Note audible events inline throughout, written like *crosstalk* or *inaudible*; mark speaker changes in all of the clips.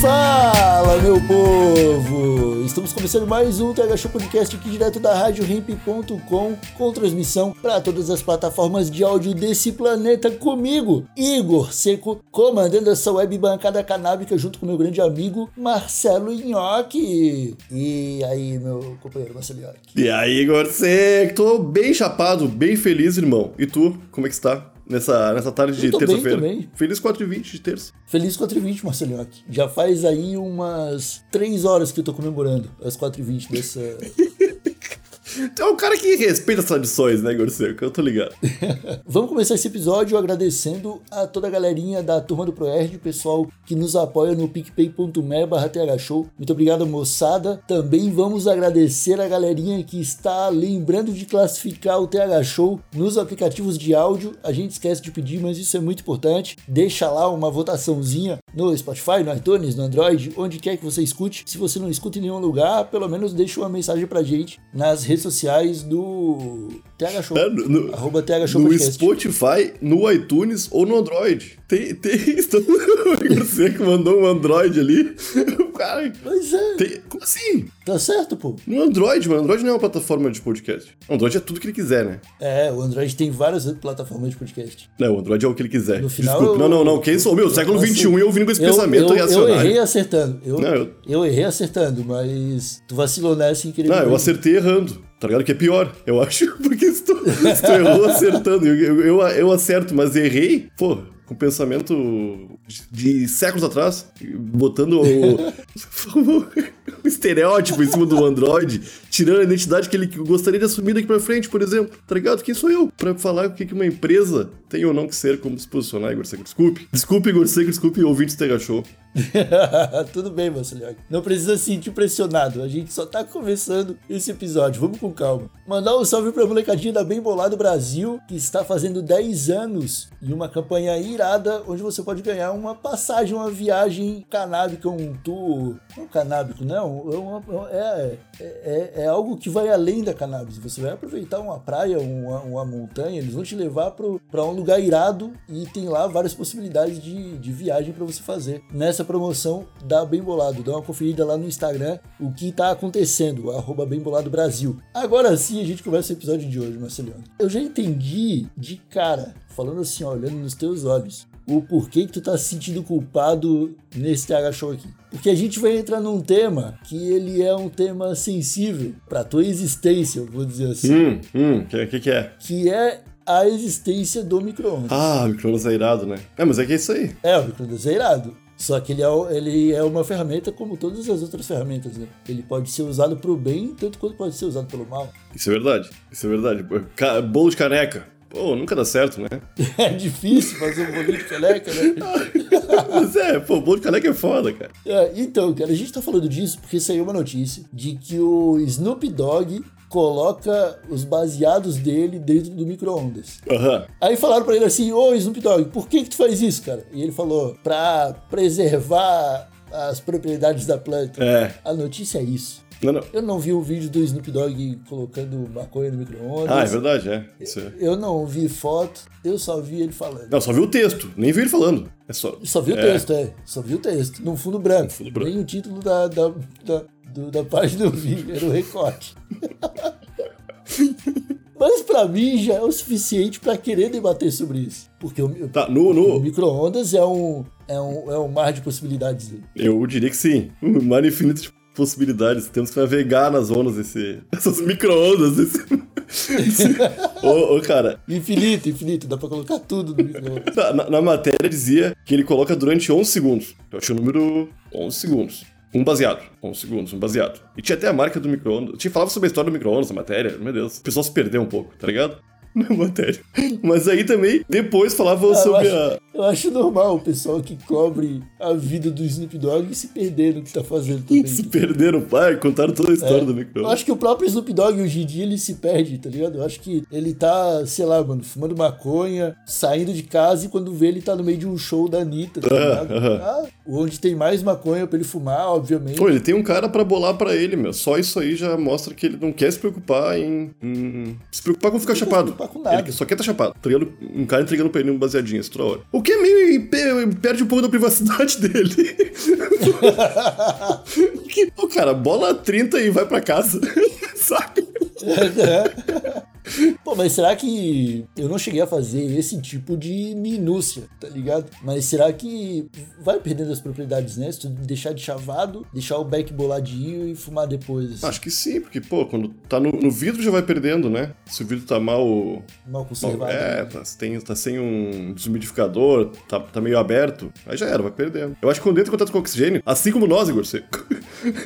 Speaker 1: Fala, meu povo! Estamos começando mais um TH Show Podcast aqui direto da Rádio Hemp.com, com transmissão para todas as plataformas de áudio desse planeta comigo, Igor Seco, comandando essa web bancada canábica junto com meu grande amigo Marcelo Nhoque. E aí, meu companheiro Marcelo Nhoque?
Speaker 2: E aí, Gorseco? Tô bem chapado, bem feliz, irmão. E tu, como é que está nessa, nessa tarde
Speaker 1: Eu
Speaker 2: de
Speaker 1: tô bem
Speaker 2: terça-feira?
Speaker 1: também.
Speaker 2: Feliz 4h20 de terça.
Speaker 1: Feliz 4h20, Marcelo Nhoque. Já faz aí umas 3 horas que eu tô comemorando as 4h20 dessa.
Speaker 2: Tu é um cara que respeita as tradições, né, Gorseco? Eu
Speaker 1: *laughs*
Speaker 2: tô ligado.
Speaker 1: Vamos começar esse episódio agradecendo a toda a galerinha da turma do ProErd, o pessoal que nos apoia no picpay.me barra thshow. Muito obrigado, moçada. Também vamos agradecer a galerinha que está lembrando de classificar o TH Show nos aplicativos de áudio. A gente esquece de pedir, mas isso é muito importante. Deixa lá uma votaçãozinha no Spotify, no iTunes, no Android, onde quer que você escute. Se você não escuta em nenhum lugar, pelo menos deixa uma mensagem pra gente nas redes sociais do TH Show.
Speaker 2: É, no- no-
Speaker 1: Arroba TH Show
Speaker 2: No
Speaker 1: Podcast.
Speaker 2: Spotify, no iTunes ou no Android. Tem. tem *laughs* então, o Gorseco mandou um Android ali. *laughs* O cara.
Speaker 1: Pois é,
Speaker 2: tem- como assim?
Speaker 1: tá certo, pô.
Speaker 2: No Android, mano. Android não é uma plataforma de podcast. Android é tudo que ele quiser, né?
Speaker 1: É, o Android tem várias plataformas de podcast.
Speaker 2: Não, o Android é o que ele quiser.
Speaker 1: No final,
Speaker 2: Desculpa.
Speaker 1: eu-
Speaker 2: Não, não, não. Quem sou? Meu,
Speaker 1: eu-
Speaker 2: século
Speaker 1: assim,
Speaker 2: XXI e ouvindo com esse
Speaker 1: Eu-
Speaker 2: pensamento
Speaker 1: eu, eu,
Speaker 2: reacionário.
Speaker 1: errei acertando. Eu,
Speaker 2: Não,
Speaker 1: eu...
Speaker 2: eu-
Speaker 1: errei acertando, mas tu vacilou nessa em querer.
Speaker 2: Não,
Speaker 1: me
Speaker 2: eu
Speaker 1: ver.
Speaker 2: acertei errando. Tá ligado? Que é pior, eu *laughs* acho. Porque se tu, se tu errou acertando, eu, eu, eu- eu acerto, mas errei, pô, com pensamento de, de séculos atrás, botando o, *laughs* o estereótipo em cima do Android, tirando a identidade que ele gostaria de assumir daqui pra frente, por exemplo. Tá ligado? Quem sou eu pra falar o que que uma empresa tem ou não que ser, como se posicionar, Igor Seco? Desculpe. Desculpe, Igor Seco, desculpe, ouvinte do Tega Show.
Speaker 1: *laughs* Tudo bem, Marcelioque. Não precisa se sentir pressionado. A gente só tá começando esse episódio. Vamos com calma. Mandar um salve pra molecadinha da Bem Bolado Brasil, que está fazendo 10 anos e uma campanha irada, onde você pode ganhar uma passagem, uma viagem canábica, um tour. Não canábico, não. É, uma- é- é- é algo que vai além da cannabis. Você vai aproveitar uma praia, uma, uma montanha, eles vão te levar pro, pra um lugar irado e tem lá várias possibilidades de, de viagem pra você fazer. Nessa promoção dá Bem Bolado, dá uma conferida lá no Instagram o que tá acontecendo, arroba Bem Bolado Brasil. Agora sim a gente começa o episódio de hoje, Marceliano. Eu já entendi de cara, falando assim, ó, olhando nos teus olhos, o porquê que tu tá se sentindo culpado nesse TH Show aqui. Porque a gente vai entrar num tema que ele é um tema sensível pra tua existência, eu vou dizer assim,
Speaker 2: Hum, hum, o que, que que é?
Speaker 1: que é a existência do micro-ondas.
Speaker 2: Ah, o micro-ondas é irado, né? É, mas é que é isso aí.
Speaker 1: É, o microondas é irado. Só que ele é, o- ele é uma ferramenta como todas as outras ferramentas, né? Ele pode ser usado pro bem, tanto quanto pode ser usado pelo mal. *laughs*
Speaker 2: Isso é verdade, isso é verdade. Ca- Bolo de caneca. Pô, nunca dá certo, né? *laughs*
Speaker 1: É difícil fazer um bolinho de caneca, né?
Speaker 2: Mas é, pô, bolo de caneca é foda, cara.
Speaker 1: É, então, cara, a gente tá falando disso porque saiu uma notícia de que o Snoop Dogg coloca os baseados dele dentro do micro-ondas.
Speaker 2: Aham.
Speaker 1: Aí falaram pra ele assim, ô Snoop Dogg, por que que tu faz isso, cara? E ele falou, pra preservar as propriedades da planta.
Speaker 2: É.
Speaker 1: A notícia é isso.
Speaker 2: Não, não.
Speaker 1: Eu não vi o vídeo do Snoop Dogg colocando maconha no micro-ondas.
Speaker 2: Ah, é verdade, é. Isso é.
Speaker 1: Eu não vi foto, eu só vi ele falando.
Speaker 2: Não, só vi o texto, nem vi ele falando. É só.
Speaker 1: Só vi o
Speaker 2: É.
Speaker 1: texto, é. Só vi o texto. Num fundo branco.
Speaker 2: fundo branco.
Speaker 1: Nem o título da, da, da, do- da página eu vi, era o recorte. *laughs* Mas pra mim já é o suficiente pra querer debater sobre isso. Porque o,
Speaker 2: Tá, no,
Speaker 1: o
Speaker 2: no.
Speaker 1: micro-ondas é um, é, um, é um mar de possibilidades. né?
Speaker 2: Eu diria que sim. *laughs* Um mar infinito de possibilidades. Temos que navegar nas ondas desse. *laughs* Essas micro-ondas desse.
Speaker 1: *laughs*
Speaker 2: desse- *laughs* Ô, ô, cara,
Speaker 1: Infinito, infinito. Dá pra colocar tudo no micro-ondas.
Speaker 2: Na, na- na matéria dizia que ele coloca durante 11 segundos. Então, Eu achei o número 11 segundos. Um baseado. 11 segundos, um baseado. E tinha até a marca do micro-ondas. Tinha falava sobre a história do micro-ondas na matéria. Meu Deus. O pessoal se perdeu um pouco, tá ligado? *laughs* na matéria. Mas aí também, depois falavam
Speaker 1: Ah, eu,
Speaker 2: sobre
Speaker 1: acho,
Speaker 2: a.
Speaker 1: eu acho normal o pessoal que cobre a vida do Snoop Dogg se perder no que É. tá fazendo também.
Speaker 2: *laughs* Se perderam o pai, contaram toda a história do
Speaker 1: Eu
Speaker 2: microfone.
Speaker 1: acho que o próprio Snoop Dogg hoje em dia ele se perde, tá ligado? Eu acho que ele tá, sei lá, mano, fumando maconha, saindo de casa e quando vê ele tá no meio de um show da Anitta, tá ligado?
Speaker 2: aham.
Speaker 1: Ah, onde tem mais maconha pra ele fumar, obviamente.
Speaker 2: Pô, ele tem um cara pra bolar pra ele, meu. Só isso aí já mostra que ele não quer se preocupar em. em- se preocupar com ficar
Speaker 1: quer se
Speaker 2: chapado.
Speaker 1: preocupar com nada.
Speaker 2: Ele só quer estar chapado. Tá ligado? um cara entregando pra ele um baseadinho essa toda hora. O que é meio. pe- perde um pouco da privacidade *laughs* dele. que, pô, cara, bola 30 e vai pra casa. *laughs* Saca?
Speaker 1: Pô, mas será que eu não cheguei a fazer esse tipo de minúcia, tá ligado? Mas será que vai perdendo as propriedades, né? Se tu deixar de chavado, deixar o back boladinho e fumar depois, assim,
Speaker 2: Acho que sim, porque, pô, quando tá no, no vidro já vai perdendo, né? Se o vidro tá mal.
Speaker 1: mal conservado.
Speaker 2: É, tá, tem- tá sem um desumidificador, tá, tá meio aberto. Aí já era, vai perdendo. Eu acho que quando entra em contato com oxigênio, assim como nós, Igor, você...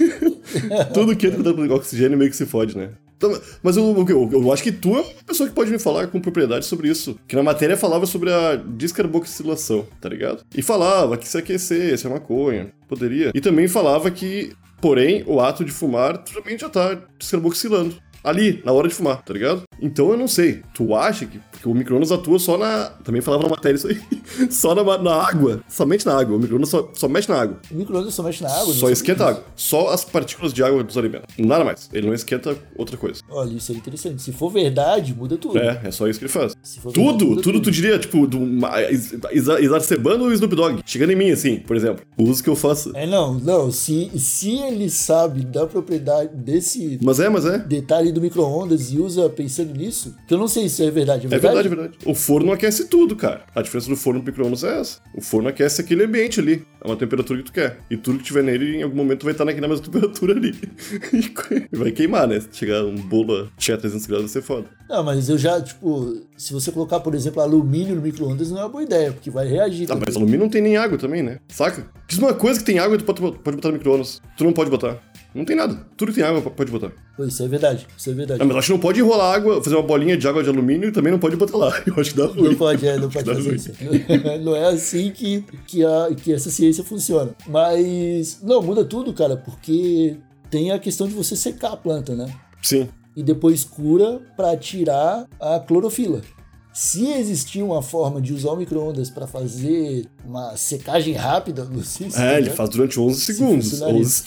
Speaker 2: *laughs* tudo que entra em contato com oxigênio meio que se fode, né? Então, Mas eu, eu, eu acho que tu é uma pessoa que pode me falar com propriedade sobre isso. Que na matéria falava sobre a descarboxilação, tá ligado? E falava que se aquecer, se é maconha, poderia. E também falava que, porém, o ato de fumar tu também já tá descarboxilando ali, na hora de fumar, tá ligado? Então eu não sei. Tu acha que. Porque o micro-ondas atua só na. Também falava na matéria isso aí. *laughs* Só na, ma- na água. Somente na água. O micro-ondas só, só mexe na água.
Speaker 1: O micro-ondas só mexe na água,
Speaker 2: só
Speaker 1: né?
Speaker 2: esquenta a água. Só as partículas de água dos alimentos. Nada mais. Ele não esquenta outra coisa.
Speaker 1: Olha, isso é interessante. Se for verdade, muda tudo.
Speaker 2: É, é só isso que ele faz.
Speaker 1: Se um for verdade,
Speaker 2: Tudo,
Speaker 1: muda
Speaker 2: tudo tu diria, tipo, do, ex- exa- exacerbando o Snoop Dogg. Chegando em mim, assim, por exemplo. O uso que eu faço.
Speaker 1: É, não, não. Se, se ele sabe da propriedade desse
Speaker 2: Mas é, mas é.
Speaker 1: detalhe do micro-ondas e usa pensando nisso, que eu não sei se é verdade. É
Speaker 2: É
Speaker 1: verdade?
Speaker 2: verdade, é verdade. O forno aquece tudo, cara. A diferença do forno pro micro-ondas é essa. O forno aquece aquele ambiente ali. É uma temperatura que tu quer. E tudo que tiver nele, em algum momento, vai estar naquela mesma *laughs* temperatura ali. e vai queimar, né? Se chegar um bolo a chegar a 300 graus, vai ser foda.
Speaker 1: Não, mas eu já, tipo, se você colocar, por exemplo, alumínio no micro-ondas, não é uma boa ideia, porque vai reagir.
Speaker 2: Ah, mas alumínio não tem nem água também, né? Saca? Diz uma coisa que tem água e tu pode, pode botar no micro-ondas. Tu não pode botar. Não tem nada. Tudo que tem água pode botar.
Speaker 1: Pô, isso é verdade, isso é verdade.
Speaker 2: Ah, mas eu acho que não pode enrolar água, fazer uma bolinha de água de alumínio e também não pode botar lá. *laughs* Eu acho que dá ruim.
Speaker 1: Não pode, é, não
Speaker 2: *laughs*
Speaker 1: pode
Speaker 2: Dá
Speaker 1: fazer
Speaker 2: ruim.
Speaker 1: isso. *laughs* Não é assim que, que, a, que essa ciência funciona. Mas, não, muda tudo, cara, porque tem a questão de você secar a planta, né?
Speaker 2: Sim.
Speaker 1: e depois cura para tirar a clorofila. Se existir uma forma de usar o micro-ondas para fazer uma secagem rápida, *laughs* não sei se
Speaker 2: É,
Speaker 1: tá
Speaker 2: ele
Speaker 1: ligado?
Speaker 2: faz durante 11
Speaker 1: Se
Speaker 2: segundos.
Speaker 1: funcionar
Speaker 2: 11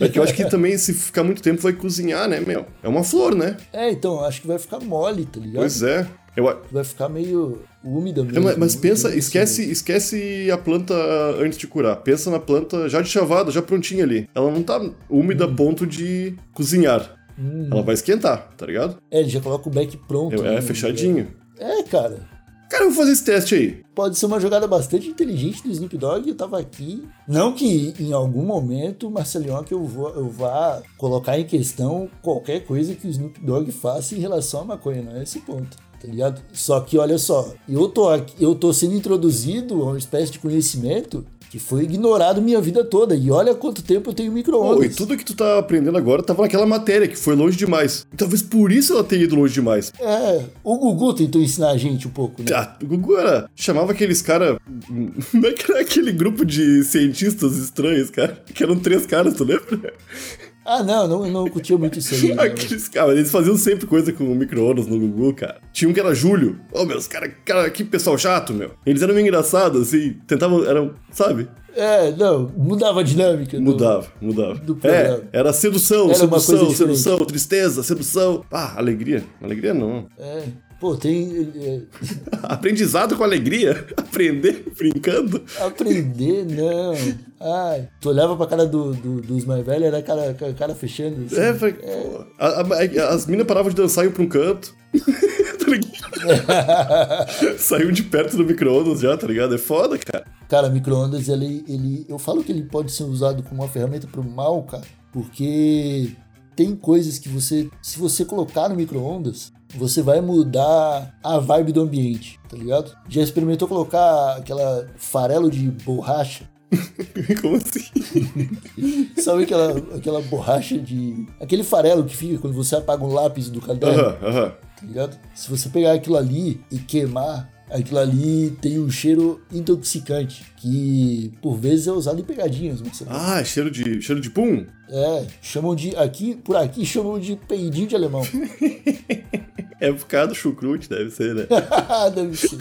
Speaker 2: É que eu acho que também, se ficar muito tempo, vai cozinhar, né, meu? É uma flor, né?
Speaker 1: É, então, acho que vai ficar mole, tá ligado?
Speaker 2: Pois é. Eu, a-
Speaker 1: Vai ficar meio úmida
Speaker 2: É,
Speaker 1: mesmo.
Speaker 2: mas, mas
Speaker 1: né?
Speaker 2: pensa,
Speaker 1: Assim,
Speaker 2: esquece, esquece a planta antes de curar. Pensa na planta já de chavada, já prontinha ali. Ela não tá úmida a ponto de cozinhar. Ela vai esquentar, tá ligado?
Speaker 1: É, ele já coloca o back pronto.
Speaker 2: É,
Speaker 1: né?
Speaker 2: é fechadinho.
Speaker 1: É, cara.
Speaker 2: Cara, eu vou fazer esse teste aí.
Speaker 1: Pode ser uma jogada bastante inteligente do Snoop Dogg, eu tava aqui. Não que em algum momento, Marcelinho, que eu, vou, eu vá colocar em questão qualquer coisa que o Snoop Dogg faça em relação à maconha, não é esse ponto. Tá ligado? Só que olha só, eu tô, aqui- eu tô sendo introduzido a uma espécie de conhecimento que foi ignorado minha vida toda. E olha quanto tempo eu tenho
Speaker 2: Pô, e
Speaker 1: micro-ondas.
Speaker 2: tudo que tu tá aprendendo agora tava naquela matéria que foi longe demais. E talvez por isso ela tenha ido longe demais.
Speaker 1: É, o Gugu tentou ensinar a gente um pouco, né?
Speaker 2: Ah, o Gugu era. Chamava aqueles caras. *laughs* Como é que era aquele grupo de cientistas estranhos, cara? Que eram três caras, tu lembra?
Speaker 1: Ah, não, não, não curtia muito isso
Speaker 2: *laughs*
Speaker 1: aí. né?
Speaker 2: Aqueles caras, eles faziam sempre coisa com micro-ondas no Gugu, cara. Tinha um que era Júlio. Ô, meu, os caras, cara, que pessoal chato, meu. Eles eram meio engraçados, assim, tentavam, eram, sabe?
Speaker 1: É, não, mudava a dinâmica. do-
Speaker 2: Mudava, mudava.
Speaker 1: do programa.
Speaker 2: é, era sedução,
Speaker 1: Era uma
Speaker 2: sedução,
Speaker 1: coisa diferente.
Speaker 2: sedução, tristeza, sedução. Ah, alegria. Alegria não.
Speaker 1: É, pô, tem.
Speaker 2: *laughs*
Speaker 1: é,
Speaker 2: Aprendizado com alegria. *laughs* Aprender brincando.
Speaker 1: é, aprender, não. Ai, tu olhava pra cara do, do, dos mais velhos, era a cara, cara, cara fechando. assim.
Speaker 2: É, foi, pô, a- a- as minas paravam de dançar e iam pra um canto. *laughs* tá ligado?
Speaker 1: *laughs*
Speaker 2: Saiu de perto do micro-ondas já, tá ligado? É foda, cara. *laughs*
Speaker 1: Cara, micro-ondas, ele, ele. Eu falo que ele pode ser usado como uma ferramenta pro mal, cara, porque tem coisas que você. Se você colocar no micro-ondas, você vai mudar a vibe do ambiente, tá ligado? Já experimentou colocar aquela farelo de borracha *laughs*
Speaker 2: Como assim?
Speaker 1: Sabe
Speaker 2: É.
Speaker 1: aquela, aquela borracha de. Aquele farelo que fica quando você apaga um lápis do caderno?
Speaker 2: Aham, aham.
Speaker 1: tá ligado? Se você pegar aquilo ali e queimar, aquilo ali tem um cheiro intoxicante, que por vezes é usado em pegadinhas, não sei.
Speaker 2: Ah, cheiro de, cheiro de pum?
Speaker 1: É, chamam de. Aqui, por aqui chamam de peidinho de alemão. *laughs*
Speaker 2: É por causa do chucrute, deve ser,
Speaker 1: *laughs*
Speaker 2: né?
Speaker 1: Deve ser.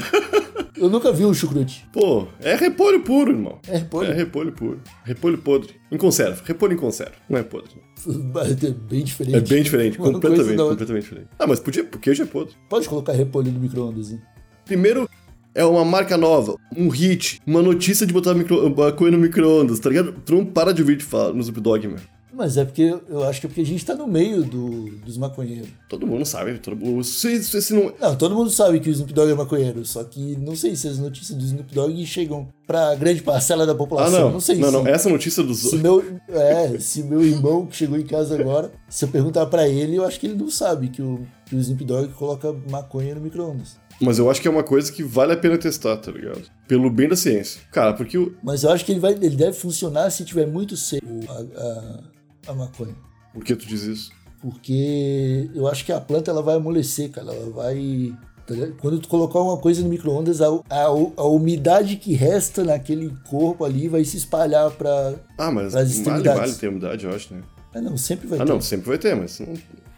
Speaker 1: Eu nunca vi um chucrute.
Speaker 2: Pô, é repolho puro, irmão.
Speaker 1: É repolho?
Speaker 2: É repolho puro. Repolho podre. Em conserva. Repolho em conserva. Não é podre.
Speaker 1: É bem diferente.
Speaker 2: É bem diferente.
Speaker 1: Uma coisa
Speaker 2: completamente,
Speaker 1: da outra.
Speaker 2: completamente diferente. Ah, mas podia, porque queijo é podre.
Speaker 1: Pode colocar repolho no micro-ondas, né?
Speaker 2: Primeiro, é uma marca nova, um hit, uma notícia de botar micro, a coisa no micro-ondas, tá ligado? Tu não para de ouvir de falar no Zupdog, meu.
Speaker 1: Mas é porque eu acho que é porque a gente tá no meio do, dos maconheiros.
Speaker 2: Todo mundo sabe, todo mundo. Se, se, se não.
Speaker 1: Não, todo mundo sabe que o Snoop Dogg é maconheiro, só que não sei se as notícias do Snoop Dogg chegam pra grande parcela da
Speaker 2: Ah,
Speaker 1: população.
Speaker 2: não.
Speaker 1: não. sei
Speaker 2: não,
Speaker 1: se,
Speaker 2: não. Essa notícia dos.
Speaker 1: se meu, é, se meu irmão que chegou em casa agora, se eu perguntar pra ele, eu acho que ele não sabe que o, que o Snoop Dogg coloca maconha no micro-ondas.
Speaker 2: Mas eu acho que é uma coisa que vale a pena testar, tá ligado? Pelo bem da ciência. Cara, porque o.
Speaker 1: Mas eu acho que ele, vai, ele deve funcionar se tiver muito seco a, a, a maconha.
Speaker 2: Por que tu diz isso?
Speaker 1: Porque eu acho que a planta ela vai amolecer, cara. Ela vai. tá ligado? Quando tu colocar uma coisa no micro-ondas, a, a, a umidade que resta naquele corpo ali vai se espalhar pra.
Speaker 2: Ah, mas
Speaker 1: As
Speaker 2: vale,
Speaker 1: extremidades.
Speaker 2: vale ter umidade, eu acho, né?
Speaker 1: Ah, não, sempre vai
Speaker 2: Ah,
Speaker 1: ter.
Speaker 2: não, sempre vai ter, mas. não-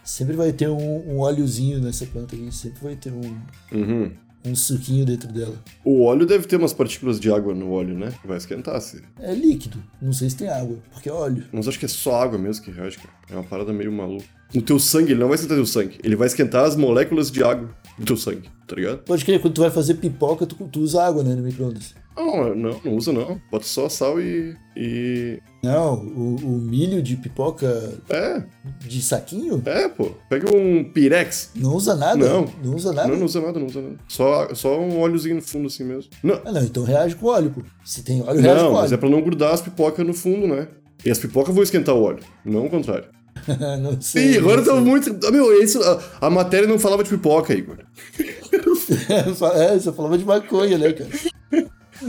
Speaker 1: Sempre vai ter um, um óleozinho nessa planta aí. Sempre vai ter um,
Speaker 2: Uhum.
Speaker 1: um suquinho dentro dela.
Speaker 2: O óleo deve ter umas partículas de água no óleo, né? Vai esquentar, se.
Speaker 1: É líquido. Não sei se tem água, porque é óleo.
Speaker 2: Mas acho que é só água mesmo que reage, cara. É uma parada meio maluca. No teu sangue, ele não vai esquentar teu sangue. Ele vai esquentar as moléculas de água do teu sangue, tá ligado?
Speaker 1: Pode crer, quando tu vai fazer pipoca, tu, tu usa água, né, no micro-ondas.
Speaker 2: Não, é, não, não usa não. Bota só sal e. e.
Speaker 1: Não, o, o milho de pipoca
Speaker 2: É,
Speaker 1: de saquinho
Speaker 2: é, pô. Pega um pirex.
Speaker 1: não usa nada.
Speaker 2: Não.
Speaker 1: Não usa nada.
Speaker 2: Não, não usa nada, não usa nada. Só, só um óleozinho no fundo assim mesmo. Não,
Speaker 1: Ah, não, então reage com óleo, pô. Se tem óleo, reage
Speaker 2: não
Speaker 1: com
Speaker 2: mas é
Speaker 1: óleo.
Speaker 2: pra não grudar as pipocas no fundo, né? E as pipocas vão esquentar o óleo, não o contrário.
Speaker 1: *laughs* não sei.
Speaker 2: Ih, agora eu tô muito. Ah, Meu, isso, a, a matéria não falava de pipoca, Igor. *laughs*
Speaker 1: *laughs* é, você falava de maconha, né, cara?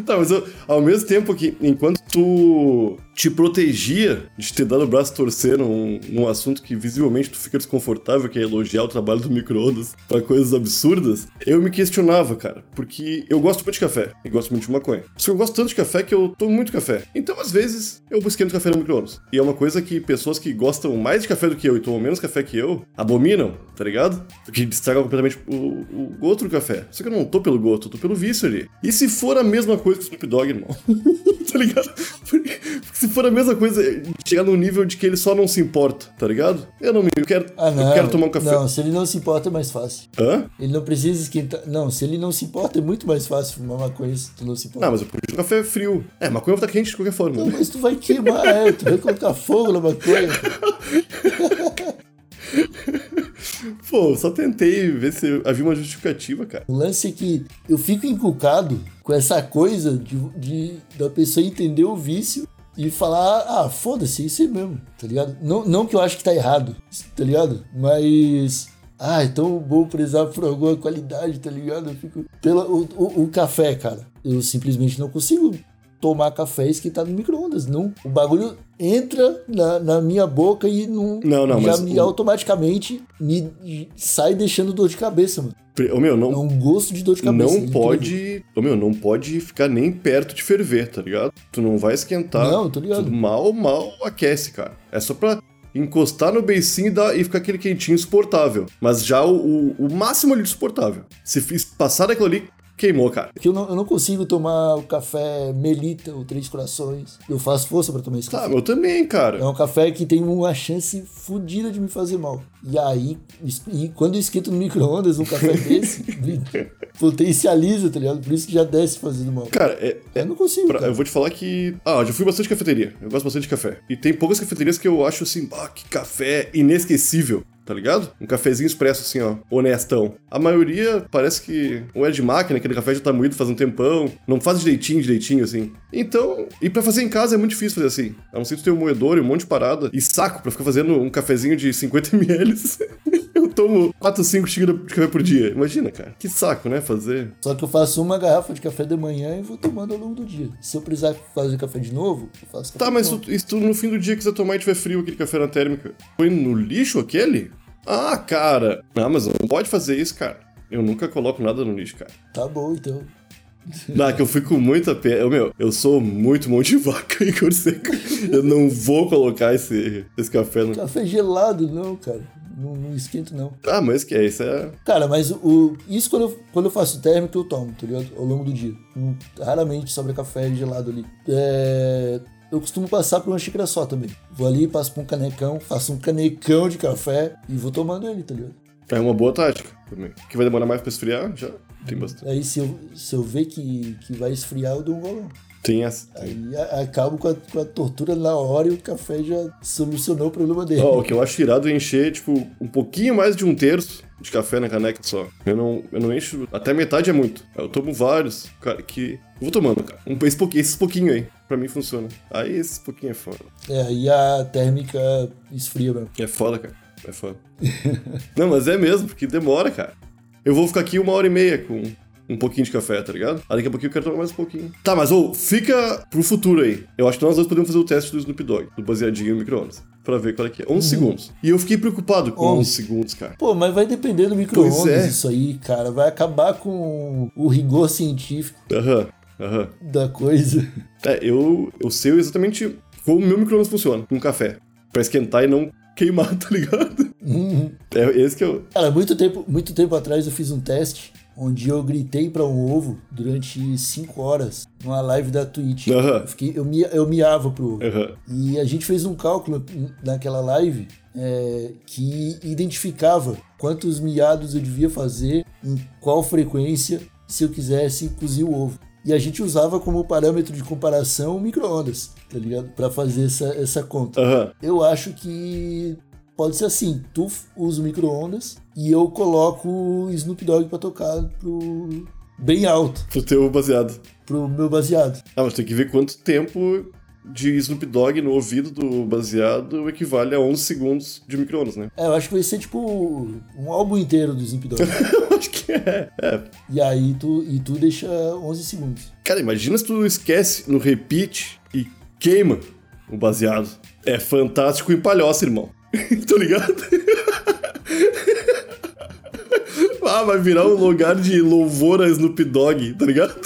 Speaker 2: Tá, mas eu- ao mesmo tempo que enquanto tu te protegia de ter dado o braço a torcer num, num assunto que visivelmente tu fica desconfortável, que é elogiar o trabalho do micro-ondas pra coisas absurdas, eu me questionava, cara, porque eu gosto muito de café e gosto muito de maconha. Só que eu gosto tanto de café que eu tomo muito café. Então, às vezes, eu esquento café no micro-ondas. E é uma coisa que pessoas que gostam mais de café do que eu e tomam menos café que eu abominam, tá ligado? Porque estraga completamente o, o outro café. Só que eu não tô pelo gosto, eu tô pelo vício ali. E se for a mesma coisa que o Snoop Dogg, irmão? *laughs* tá ligado? Porque, porque se for a mesma coisa, chegar num nível de que ele só não se importa, tá ligado? Eu não me. Eu quero,
Speaker 1: Ah, não.
Speaker 2: eu quero tomar um café.
Speaker 1: Não, se ele não se importa, é mais fácil.
Speaker 2: Hã?
Speaker 1: Ele não precisa esquentar. Não, se ele não se importa, é muito mais fácil fumar maconha se tu não se importa.
Speaker 2: Não, mas eu podia café frio. É, maconha vai estar quente de qualquer forma. né?
Speaker 1: Não, mas tu vai queimar, é, tu vai colocar fogo na maconha.
Speaker 2: Pô, eu só tentei ver se havia uma justificativa, cara.
Speaker 1: O lance é que eu fico encucado com essa coisa de, de- da pessoa entender o vício e falar, ah, foda-se, isso aí mesmo, tá ligado? Não, não que eu acho que tá errado, tá ligado? Mas. Ah, então vou prezar por alguma qualidade, tá ligado? Eu fico. Pela, o, o- o café, cara. Eu simplesmente não consigo tomar café esquentado no micro-ondas. Não. O bagulho entra na, na minha boca e não.
Speaker 2: Não, não,
Speaker 1: já
Speaker 2: mas
Speaker 1: me
Speaker 2: o-
Speaker 1: automaticamente me sai deixando dor de cabeça, mano.
Speaker 2: Pre- Ô, meu, não,
Speaker 1: É um gosto de dor de cabeça.
Speaker 2: não
Speaker 1: incrível.
Speaker 2: pode. Ô, meu, não pode ficar nem perto de ferver, tá ligado? Tu não vai esquentar.
Speaker 1: Não, tô ligado.
Speaker 2: Tu mal, mal aquece, cara. É só pra encostar no beicinho e, dar- e ficar aquele quentinho insuportável. Mas já o, o- o máximo ali de suportável. Se fiz- passar daquilo ali, queimou, cara.
Speaker 1: Porque eu não, eu não consigo tomar o café Melita ou Três Corações. Eu faço força pra tomar esse
Speaker 2: Tá,
Speaker 1: café.
Speaker 2: eu também, cara.
Speaker 1: É um café que tem uma chance fodida de me fazer mal. E aí, es- e quando eu esquento no micro-ondas um
Speaker 2: *laughs*
Speaker 1: café desse, me potencializa, tá ligado? Por isso que já desce fazendo mal.
Speaker 2: Cara, é, é-
Speaker 1: Eu não consigo,
Speaker 2: Pra-
Speaker 1: cara.
Speaker 2: eu vou te falar que. Ah, eu já fui bastante cafeteria. Eu gosto bastante de café. E tem poucas cafeterias que eu acho assim, ah, que café inesquecível. Tá ligado? Um cafezinho expresso, assim, ó, honestão. A maioria parece que ou é de máquina, aquele café já tá moído faz um tempão, não faz direitinho, direitinho, assim. Então, e pra fazer em casa é muito difícil fazer assim. A não ser que tu tenha um moedor e um monte de parada e saco pra ficar fazendo um cafezinho de 50ml. *laughs* eu tomo 4, 5 xícaras de café por dia. Imagina, cara. Que saco, né? Fazer.
Speaker 1: Só que eu faço uma garrafa de café de manhã e vou tomando ao longo do dia. Se eu precisar fazer café de novo, eu faço café
Speaker 2: Tá,
Speaker 1: de
Speaker 2: mas
Speaker 1: novo.
Speaker 2: tu- e se tu no fim do dia quiser tomar e tiver frio aquele café na térmica, põe no lixo aquele? Ah, cara. Ah, mas não pode fazer isso, cara. Eu nunca coloco nada no lixo, cara.
Speaker 1: Tá bom, então.
Speaker 2: Ah, que eu fui com muita pena. Eu, meu, eu sou muito mão de *laughs* vaca, Igor Seco. Eu não vou colocar esse, esse café no.
Speaker 1: Café gelado, não, cara. Não, não esquento, não.
Speaker 2: Ah, mas que é isso? É...
Speaker 1: Cara, mas o, isso quando eu, quando eu faço térmico eu tomo, tá ligado? Ao longo do dia. Hum, Raramente sobra café gelado ali. É, eu costumo passar por uma xícara só também. Vou ali, passo por um canecão, faço um canecão de café e vou tomando ele, tá ligado?
Speaker 2: é uma boa tática também. Que vai demorar mais pra esfriar? Já tem bastante.
Speaker 1: Aí se eu, se eu ver que, que vai esfriar, eu dou um golão.
Speaker 2: Tem essa. tem.
Speaker 1: Aí a- acabo com a, com a tortura na hora e o café já solucionou o problema *laughs* dele.
Speaker 2: Ó, o que eu acho irado é encher, tipo, um pouquinho mais de um terço de café na caneca só. Eu não, eu não encho. Até metade é muito. Eu tomo vários, cara, que. Vou tomando, cara. Um, esse, pouquinho, esse pouquinho aí. Pra mim funciona. Aí esse pouquinho é foda.
Speaker 1: É, aí a térmica esfria mesmo.
Speaker 2: É foda, cara. É foda. *laughs* não, mas é mesmo, porque demora, cara. Eu vou ficar aqui uma hora e meia com um pouquinho de café, tá ligado? Aí daqui a pouquinho eu quero tomar mais um pouquinho. Tá, mas ô, fica pro futuro aí. Eu acho que nós dois podemos fazer o teste do Snoop Dogg, do baseadinho no micro-ondas, pra ver qual é que é. 11 segundos. E eu fiquei preocupado com 11,
Speaker 1: 11
Speaker 2: segundos, cara.
Speaker 1: Pô, mas vai depender do micro-ondas
Speaker 2: Pois é.
Speaker 1: isso aí, cara. Vai acabar com o rigor científico
Speaker 2: Aham, aham.
Speaker 1: da coisa.
Speaker 2: É, eu, eu sei exatamente como o meu micro-ondas funciona, com café. Pra esquentar e não queimar, *laughs* tá ligado? É esse que eu...
Speaker 1: Cara, muito tempo, muito tempo atrás eu fiz um teste onde eu gritei pra um ovo durante 5 horas numa live da Twitch.
Speaker 2: Aham.
Speaker 1: Eu, fiquei, eu, mia- eu miava pro ovo.
Speaker 2: Aham.
Speaker 1: E a gente fez um cálculo naquela live é, que identificava quantos miados eu devia fazer, em qual frequência, se eu quisesse cozir o ovo. E a gente usava como parâmetro de comparação o micro-ondas, tá ligado? Pra fazer essa, essa conta.
Speaker 2: Aham.
Speaker 1: Eu acho que pode ser assim: tu f- usa o micro-ondas e eu coloco o Snoop Dogg pra tocar pro. bem alto,
Speaker 2: Pro teu baseado.
Speaker 1: pro meu baseado.
Speaker 2: Ah, mas tem que ver quanto tempo de Snoop Dogg no ouvido do baseado equivale a 11 segundos de micro-ondas, né? *laughs*
Speaker 1: É, eu acho que vai ser tipo um álbum inteiro do Snoop Dogg.
Speaker 2: Eu acho que é. é.
Speaker 1: E aí tu, e tu deixa 11 segundos.
Speaker 2: Cara, imagina se tu esquece no repeat e queima o baseado. É fantástico em palhoça, irmão. *laughs* Tô ligado? *laughs* ah, vai virar um lugar de louvor a Snoop Dogg, tá ligado?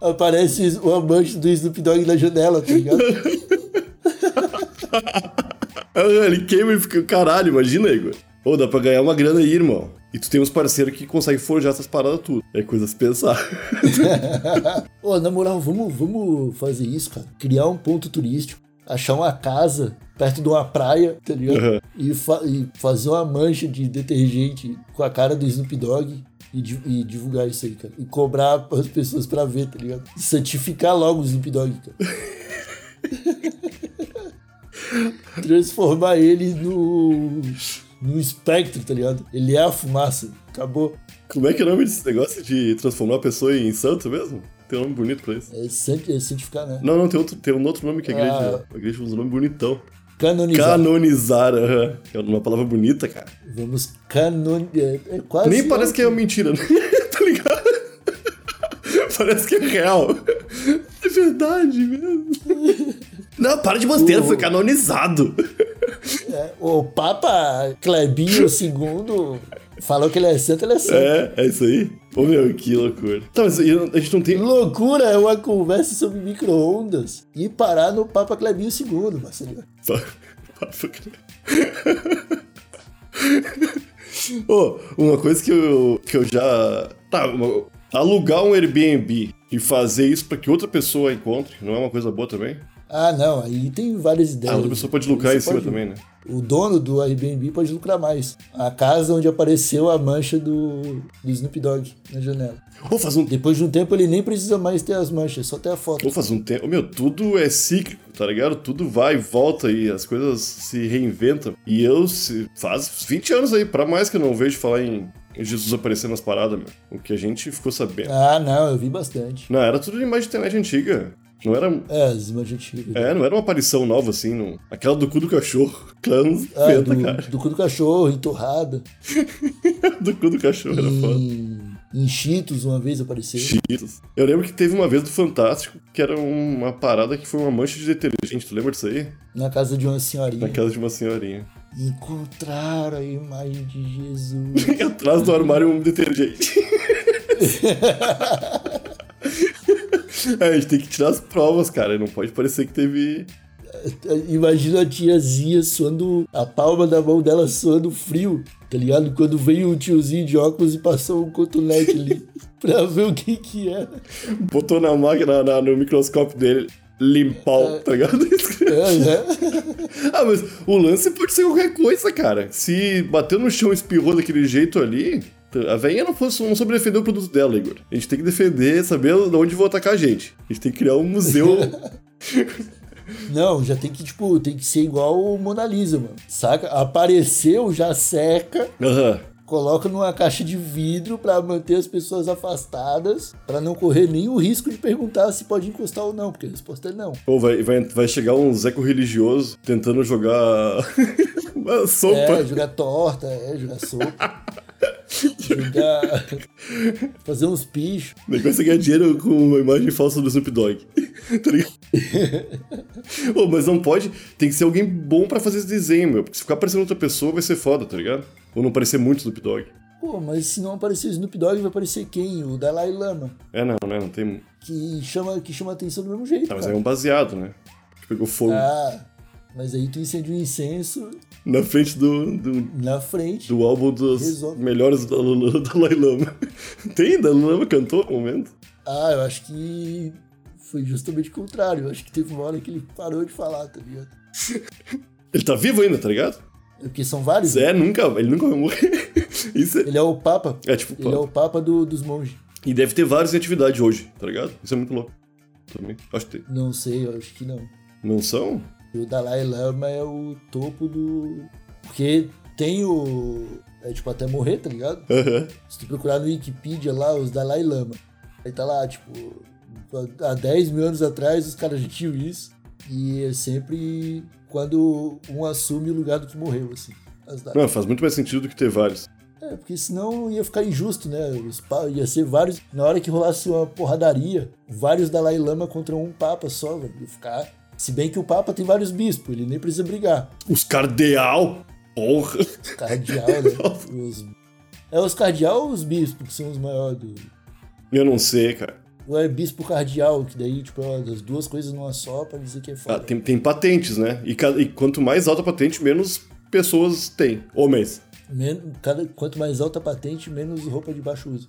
Speaker 1: Aparece o amante do Snoop Dogg na janela, tá ligado?
Speaker 2: Ah, Ele queima e fica. Caralho, imagina, Igor. Ou dá pra ganhar uma grana aí, irmão. E tu tem uns parceiros que conseguem forjar essas paradas tudo. É coisa a se pensar. *laughs*
Speaker 1: Ô, na moral, vamos, vamos fazer isso, cara. Criar um ponto turístico, achar uma casa perto de uma praia, tá ligado?
Speaker 2: Uhum.
Speaker 1: E, fa- e fazer uma mancha de detergente com a cara do Snoop Dogg. E, di- e divulgar isso aí, cara. E cobrar as pessoas pra ver, tá ligado? Santificar logo o Snoop Dogg, cara. Transformar ele no. no espectro, tá ligado? Ele é a fumaça. Acabou.
Speaker 2: Como é que é o nome desse negócio de transformar a pessoa em santo mesmo? Tem um nome bonito pra isso.
Speaker 1: É, santi- é santificar, né?
Speaker 2: Não, não, tem, outro, tem um outro nome que a igreja.
Speaker 1: Ah.
Speaker 2: A igreja usa um nome bonitão.
Speaker 1: Canonizar.
Speaker 2: Canonizar, aham. É uma palavra bonita, cara.
Speaker 1: Vamos canonizar. É quase.
Speaker 2: Nem parece que é uma mentira, *laughs* né? tá ligado? parece que é real. É verdade mesmo. Não, para de besteira, foi canonizado.
Speaker 1: é. O Papa Clebinho
Speaker 2: *laughs*
Speaker 1: II falou que ele é santo, ele é santo.
Speaker 2: É, é isso aí? Ô meu, que loucura. Tá, mas eu não- a gente não tem.
Speaker 1: Loucura é uma conversa sobre micro-ondas e parar no Papa Clebinho II, Marcelo.
Speaker 2: *laughs* *laughs* Ô, uma coisa que eu, que eu já. Tá, uma- alugar um Airbnb e fazer isso pra que outra pessoa encontre, não é uma coisa boa também?
Speaker 1: Ah, não, aí tem várias ideias.
Speaker 2: Ah, outra pessoa pode lucrar em
Speaker 1: É, Você
Speaker 2: cima
Speaker 1: pode-
Speaker 2: também, né?
Speaker 1: O dono do Airbnb pode lucrar mais. A casa onde apareceu a mancha do, do Snoop Dogg na janela.
Speaker 2: Ou fazer um
Speaker 1: Depois de um tempo, ele nem precisa mais ter as manchas, só ter a foto.
Speaker 2: Ou faz um tempo. Meu, tudo é cíclico, tá ligado? Tudo vai e volta e as coisas se reinventam. E eu se faz 20 anos aí, pra mais que eu não vejo falar em Jesus aparecendo nas paradas, meu. O que a gente ficou sabendo.
Speaker 1: Ah, não, eu vi bastante.
Speaker 2: Não, era tudo imagem de internet antiga. Não era.
Speaker 1: É, as imagens antigas.
Speaker 2: É, não era uma aparição nova assim, não. Aquela do cu do cachorro. *laughs* Clãs
Speaker 1: Ah,
Speaker 2: venta, cara. *laughs*
Speaker 1: do, do cu do cachorro, em torrada.
Speaker 2: Do cu do cachorro era
Speaker 1: *laughs*
Speaker 2: foda.
Speaker 1: Em, em Cheetos, uma vez apareceu.
Speaker 2: Cheetos. Eu lembro que teve uma vez do Fantástico que era
Speaker 1: Hum.
Speaker 2: uma parada que foi uma mancha de detergente. Tu lembra disso aí?
Speaker 1: Na casa de uma senhorinha.
Speaker 2: Na casa de uma senhorinha.
Speaker 1: Encontraram a imagem de Jesus. *laughs*
Speaker 2: Atrás do armário um detergente. *laughs* É, a gente tem que tirar as provas, cara. Não pode parecer que teve.
Speaker 1: Imagina a tiazinha suando, a palma da mão dela suando frio, tá ligado? Quando veio o tiozinho de óculos e passou um cotonete
Speaker 2: *laughs*
Speaker 1: ali pra ver o que que era.
Speaker 2: Botou na máquina, na- no microscópio dele, limpar, tá *laughs* ligado?
Speaker 1: É, né?
Speaker 2: ah, mas o lance pode ser qualquer coisa, cara. Se bateu no chão e espirrou daquele jeito ali. A velhinha não, fosse, não soube defender o produto dela, Igor. A gente tem que defender, saber onde vão atacar a gente. A gente tem que criar um *laughs* museu.
Speaker 1: Não, já tem que, tipo, tem que ser igual o Mona Lisa, mano. Saca? Apareceu, já seca,
Speaker 2: Aham.
Speaker 1: coloca numa caixa de vidro pra manter as pessoas afastadas, pra não correr nenhum risco de perguntar se pode encostar ou não, porque a resposta é não.
Speaker 2: Ou vai, vai, vai chegar um Zeco religioso tentando jogar *laughs* uma sopa.
Speaker 1: É, jogar torta, é, jogar
Speaker 2: *laughs*
Speaker 1: sopa. jogar. Fazer uns pichos.
Speaker 2: O negócio é ganhar dinheiro com uma imagem falsa do Snoop Dogg. *laughs*
Speaker 1: *laughs*
Speaker 2: tá ligado? Ô, mas não pode. Tem que ser alguém bom pra fazer esse desenho, meu. Porque se ficar parecendo outra pessoa vai ser foda, tá ligado? Ou não parecer muito Snoop Dogg.
Speaker 1: Pô, mas se não aparecer o Snoop Dogg, vai aparecer quem? O Dalai Lama.
Speaker 2: É, não, né? Não tem.
Speaker 1: Que chama, que chama atenção do mesmo jeito.
Speaker 2: Tá, mas um- aí
Speaker 1: cara.
Speaker 2: é um baseado, né? Que pegou fogo
Speaker 1: Ah, mas aí tu incendia um incenso
Speaker 2: na frente do, do,
Speaker 1: na frente.
Speaker 2: do álbum dos
Speaker 1: Resolve.
Speaker 2: melhores da *laughs* da Dalai Lama. tem? Dalai Lama cantou no momento?
Speaker 1: Ah, eu acho que foi justamente o contrário. Eu acho que teve uma hora que ele parou de falar, tá ligado?
Speaker 2: Ele tá vivo ainda, tá ligado?
Speaker 1: É Porque são vários. né?
Speaker 2: Zé nunca, ele nunca vai morrer. *laughs* Isso é,
Speaker 1: Ele é o Papa.
Speaker 2: é tipo,
Speaker 1: Ele é o Papa do- dos monges.
Speaker 2: E deve ter várias atividades hoje, tá ligado? Isso é muito louco. Também. Acho que tem.
Speaker 1: Não sei, eu acho que não.
Speaker 2: Não são?
Speaker 1: E o Dalai Lama é o topo do. Porque tem o. É tipo até morrer, tá ligado?
Speaker 2: Aham.
Speaker 1: Se tu procurar no Wikipedia lá, os Dalai Lama. Aí tá lá, tipo, há 10 mil anos atrás os caras já tinham isso. E é sempre quando um assume o lugar do que morreu, assim. As Dalai-
Speaker 2: Não, faz muito mais sentido do que ter vários.
Speaker 1: É, porque senão ia ficar injusto, né? Os pa- Ia ser vários. Na hora que rolasse uma porradaria, vários Dalai Lama contra um Papa só, velho. Ia ficar. Se bem que o Papa tem vários bispos, ele nem precisa brigar.
Speaker 2: Os cardeal! Porra! *laughs*
Speaker 1: Cardeal, né? Os- É os cardeal ou os bispos que são os maiores do.
Speaker 2: Eu não sei, cara.
Speaker 1: Ou é bispo cardeal, que daí, tipo, é as duas coisas numa só pra dizer que é
Speaker 2: Ah,
Speaker 1: foda.
Speaker 2: tem, tem patentes, né? E, ca- e quanto mais alta a patente, menos pessoas tem. Homens. *laughs*
Speaker 1: Men- cada... Quanto mais alta a patente, menos roupa de baixo uso.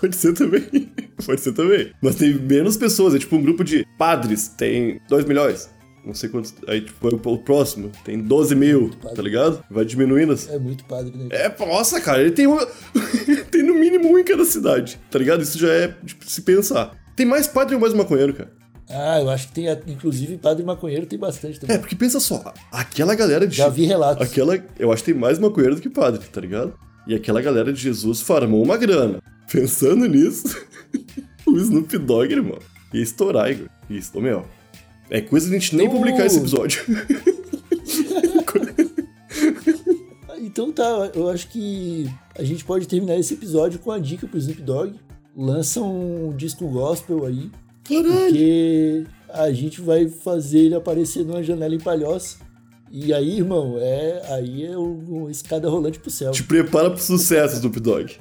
Speaker 2: Pode ser também. *laughs* Pode ser também. Mas tem menos pessoas. É tipo um grupo de padres. Tem dois milhões. Não sei quantos. Aí, tipo, é o o próximo. Tem 12 mil, tá ligado? Vai diminuindo assim.
Speaker 1: É muito padre, né?
Speaker 2: É, nossa, cara, ele tem um. *laughs* tem no mínimo um em cada cidade, tá ligado? Isso já é de se pensar. Tem mais padre ou mais maconheiro, cara?
Speaker 1: Ah, eu acho que tem, a- inclusive, padre maconheiro tem bastante
Speaker 2: É, *laughs*
Speaker 1: também.
Speaker 2: porque pensa só, aquela galera de.
Speaker 1: Já vi relatos.
Speaker 2: Aquela. Eu acho que tem mais maconheiro do que padre, tá ligado? E aquela galera de Jesus farmou uma grana. Pensando nisso, *laughs* o Snoop Dogg, irmão, ia estourar, Igor. Isso, meu. É coisa de a gente nem
Speaker 1: Uh!
Speaker 2: publicar esse
Speaker 1: *laughs*
Speaker 2: episódio.
Speaker 1: Ah, Então tá, eu acho que a gente pode terminar esse episódio com a dica pro Snoop Dogg. Lança um disco gospel aí,
Speaker 2: Caralho!
Speaker 1: porque a gente vai fazer ele aparecer numa janela em palhoça. E aí, irmão, é aí é uma escada rolante pro céu.
Speaker 2: Te prepara pro sucesso, Snoop Dogg.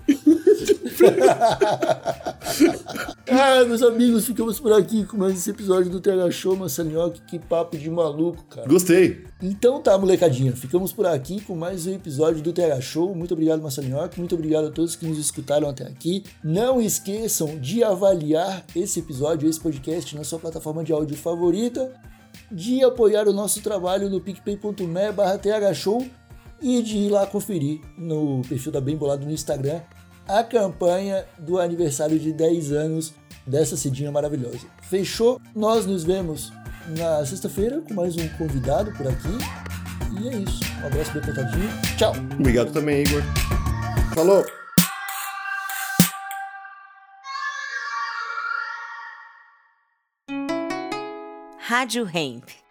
Speaker 1: Ah, meus amigos, ficamos por aqui com mais esse episódio do TH Show, Massanioque, que papo de maluco, cara.
Speaker 2: Gostei.
Speaker 1: Então tá, molecadinha, ficamos por aqui com mais um episódio do TH Show. Muito obrigado, Massalinhoque. Muito obrigado a todos que nos escutaram até aqui. Não esqueçam de avaliar esse episódio, esse podcast na sua plataforma de áudio favorita, de apoiar o nosso trabalho no picpay.me barra TH Show e de ir lá conferir no perfil da Bem Bolado no Instagram a campanha do aniversário de 10 anos dessa Cidinha maravilhosa. Fechou? Nós nos vemos na sexta-feira com mais um convidado por aqui. E é isso. Um abraço bem apertadinho. Tchau!
Speaker 2: Obrigado também, Igor. Falou!
Speaker 3: Rádio Hemp.